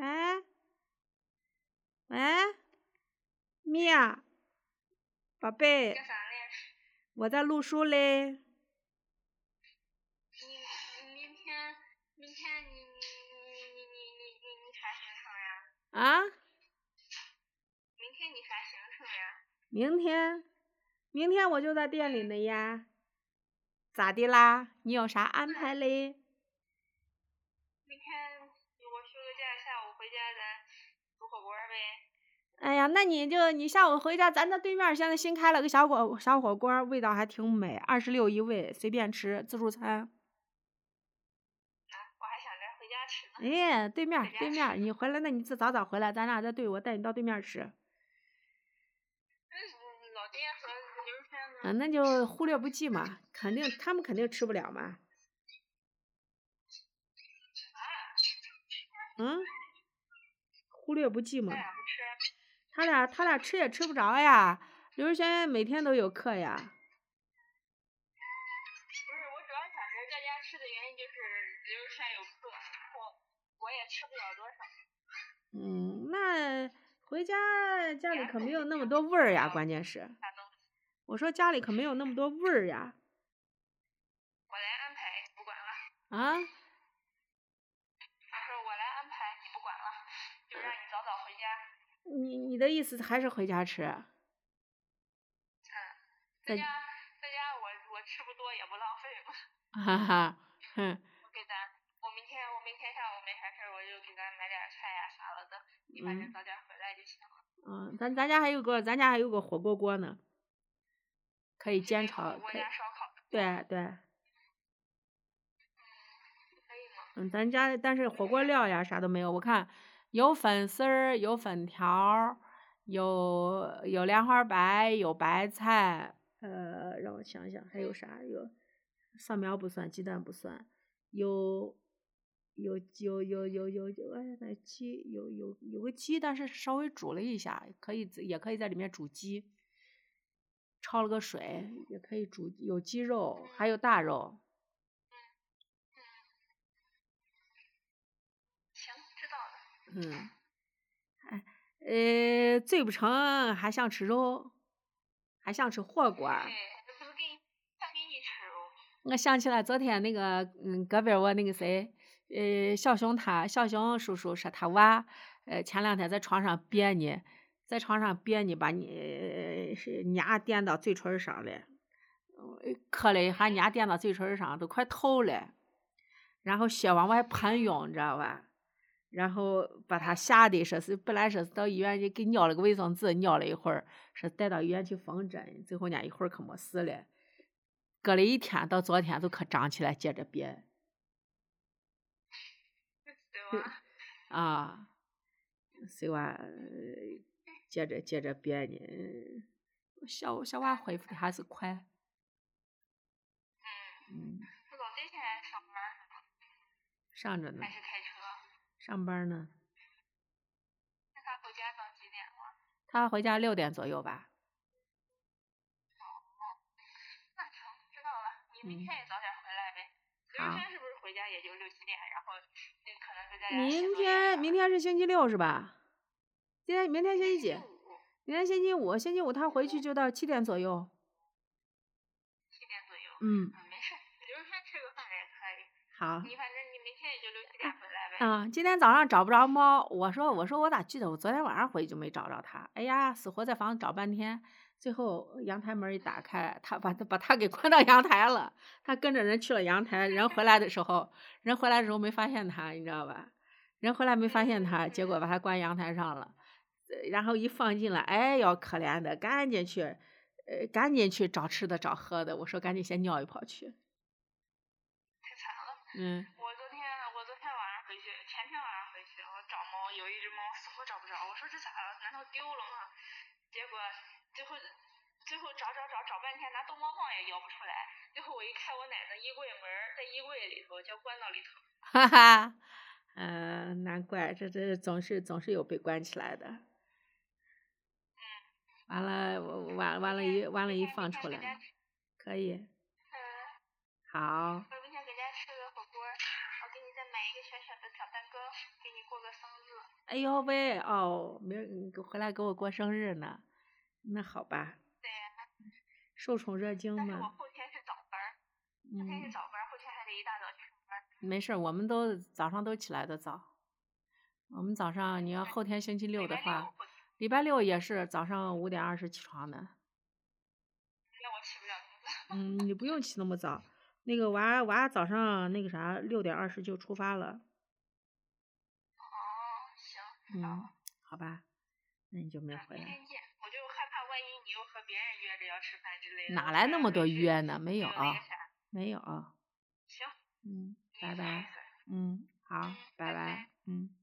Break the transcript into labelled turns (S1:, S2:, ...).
S1: 啊咪呀，啊宝贝，
S2: 干啥呢？
S1: 我在录书嘞。
S2: 你明天明天你你你你你你你你啥行程呀？
S1: 啊，
S2: 明天你啥行程呀？
S1: 明天，明天我就在店里呢呀。咋的啦？你有啥安排嘞？
S2: 明天我休个假，下午回家咱煮火锅呗。
S1: 哎呀，那你就你下午回家，咱在对面现在新开了个小火小火锅，味道还挺美，二十六一位，随便吃，自助餐。
S2: 啊我还想着回家吃呢。
S1: 哎，对面
S2: 在家
S1: 对面，你回来，那你自早早回来，咱俩在对，我带你到对面吃。
S2: 嗯，老爹和牛肉片呢？
S1: 啊，那就忽略不计嘛，肯定他们肯定吃不了嘛。嗯，忽略不计嘛
S2: 咱。俩不吃。
S1: 他俩他俩吃也吃不着呀，刘若轩每天都有课呀。
S2: 不是，我主要想着在家吃的原因就是牛肉片有课，我我也吃不了
S1: 嗯，
S2: 多少。
S1: 那回家家里可没有那么多味儿呀，关键是，
S2: 大东，
S1: 我说家里可没有那么多味儿呀。
S2: 我来安排，你不管了。
S1: 啊，
S2: 他说我来安排，你不管了，就让你早早回家。
S1: 你你的意思还是回家吃？啊
S2: 在
S1: 在
S2: 家嗯在家我我吃不多也不浪费嘛，
S1: 哈哈， 哼。
S2: 我给咱我明天我明天下午没啥事儿，我就给咱买点菜呀、啥了的，你反正
S1: 嗯
S2: 早点回来就行了。
S1: 嗯，咱咱家还有个，咱家还有个火锅锅呢，可以
S2: 是
S1: 煎
S2: 那个
S1: 炒，
S2: 火锅
S1: 可以
S2: 加烧烤的
S1: 对对，
S2: 可以吗？
S1: 嗯，咱家但是火锅料呀啥都没有，我看有粉丝儿，有粉条儿，有有莲花白，有白菜，呃，让我想想还有啥？有蒜苗不算，鸡蛋不算，有有有有有有有哎，那鸡有有有个鸡，但是稍微煮了一下，可以自也可以在里面煮鸡，焯了个水，也可以煮有鸡肉，还有大肉。
S2: 行，知道了。
S1: 嗯，哎，呃，醉不成还想吃肉，还想吃火锅儿。
S2: 对，那不是给你想给你吃哦。
S1: 我想起来昨天那个，嗯，隔壁儿我那个谁，呃，小熊他小熊叔叔说他娃，呃，前两天在床上憋你，在床上憋你，把你是牙垫到嘴唇儿上了，呃磕了一下，牙垫到嘴唇儿上都快透了，然后血往外喷涌，你知道吧？然后把他吓得说是本来说是到医院去给尿了个卫生纸，尿了一会儿，说带到医院去缝针，最后人家一会儿可没事了。隔了一天到昨天都可长起来，接着憋
S2: 对吧？
S1: 啊，所以娃呃接着接着憋呢。小小娃恢复的还是快，嗯，
S2: 那老爹现在上班儿
S1: 上着呢
S2: 还，是开车？
S1: 上班呢。
S2: 那他回家等几点了？
S1: 他回家六点左右吧。
S2: 那成，知道了。你明
S1: 嗯
S2: 天也早点回来呗。刘
S1: 好
S2: 若轩是不是回家也就六七点，然后那可能在家
S1: 明天明天是星期六是哎吧？今天明天星期几？明天星期五，星期五他回去就到七点左右。
S2: 七点左右。
S1: 嗯，
S2: 嗯，没事儿，刘若轩吃个饭也可以。
S1: 好。
S2: 你反正你明天也就六七点回来呗。
S1: 啊，今天早上找不着猫，我说我说我咋记得我昨天晚上回去就没找着它？哎呀，死活在房子找半天，最后呃阳台门一打开，它把它把它给关到阳台了。它跟着人去了阳台，人回来的时候，人回来的时候没发现它，你知道吧？人回来没发现它，结果把它关阳台上了。呃然后一放进来，哎呦，可怜的，赶紧去，呃，赶紧去找吃的找喝的。我说赶紧先尿一泡去。
S2: 太惨了。
S1: 嗯，
S2: 我昨天我昨天晚上回去，前天晚上回去，我找猫，有一只猫死活找不着。我说这咋了？难道丢了吗？结果最后最后找找找找半天，拿逗猫棒也摇不出来。最后我一开我奶的衣柜门儿，在衣柜里头，就关到里头。
S1: 哈哈，嗯、难怪这这总是总是有被关起来的。完了，我我完完了一完了一放出来，可以，
S2: 嗯。
S1: 好，
S2: 我明天给家吃个火锅，我给你再买一个小小的小蛋糕，给你过个生日。
S1: 哎呦喂，哦，明儿你给回来给我过生日呢，那好吧，
S2: 对，
S1: 受宠若惊
S2: 但是我
S1: 嗯嘛。
S2: 后天是早班儿，后天是
S1: 嗯，
S2: 早班儿，后天还得一大早去上班儿。
S1: 没事儿，我们都早上都起来的早。我们早上你要后天星期六
S2: 礼
S1: 的
S2: 拜六
S1: 话，
S2: 我
S1: 礼拜六也是早上五点二十起床的。
S2: 那我起不了那么早。
S1: 嗯，你不用起那么早。那个娃娃早上那个啥，六点二十就出发了。
S2: 哦，行，
S1: 嗯，好吧，那你就没
S2: 嗯
S1: 回
S2: 明
S1: 来。
S2: 天见。我就害怕万一你又和别人约着要吃饭之类的。
S1: 哪
S2: 我
S1: 来
S2: 本
S1: 那
S2: 来
S1: 么
S2: 就
S1: 多
S2: 是
S1: 约呢？没
S2: 没
S1: 有
S2: 有那个
S1: 啊，
S2: 啥。
S1: 没有啊。
S2: 行，
S1: 嗯，拜
S2: 没事没
S1: 拜。
S2: 事
S1: 嗯，好
S2: 嗯，
S1: 拜拜
S2: 拜拜。
S1: 嗯。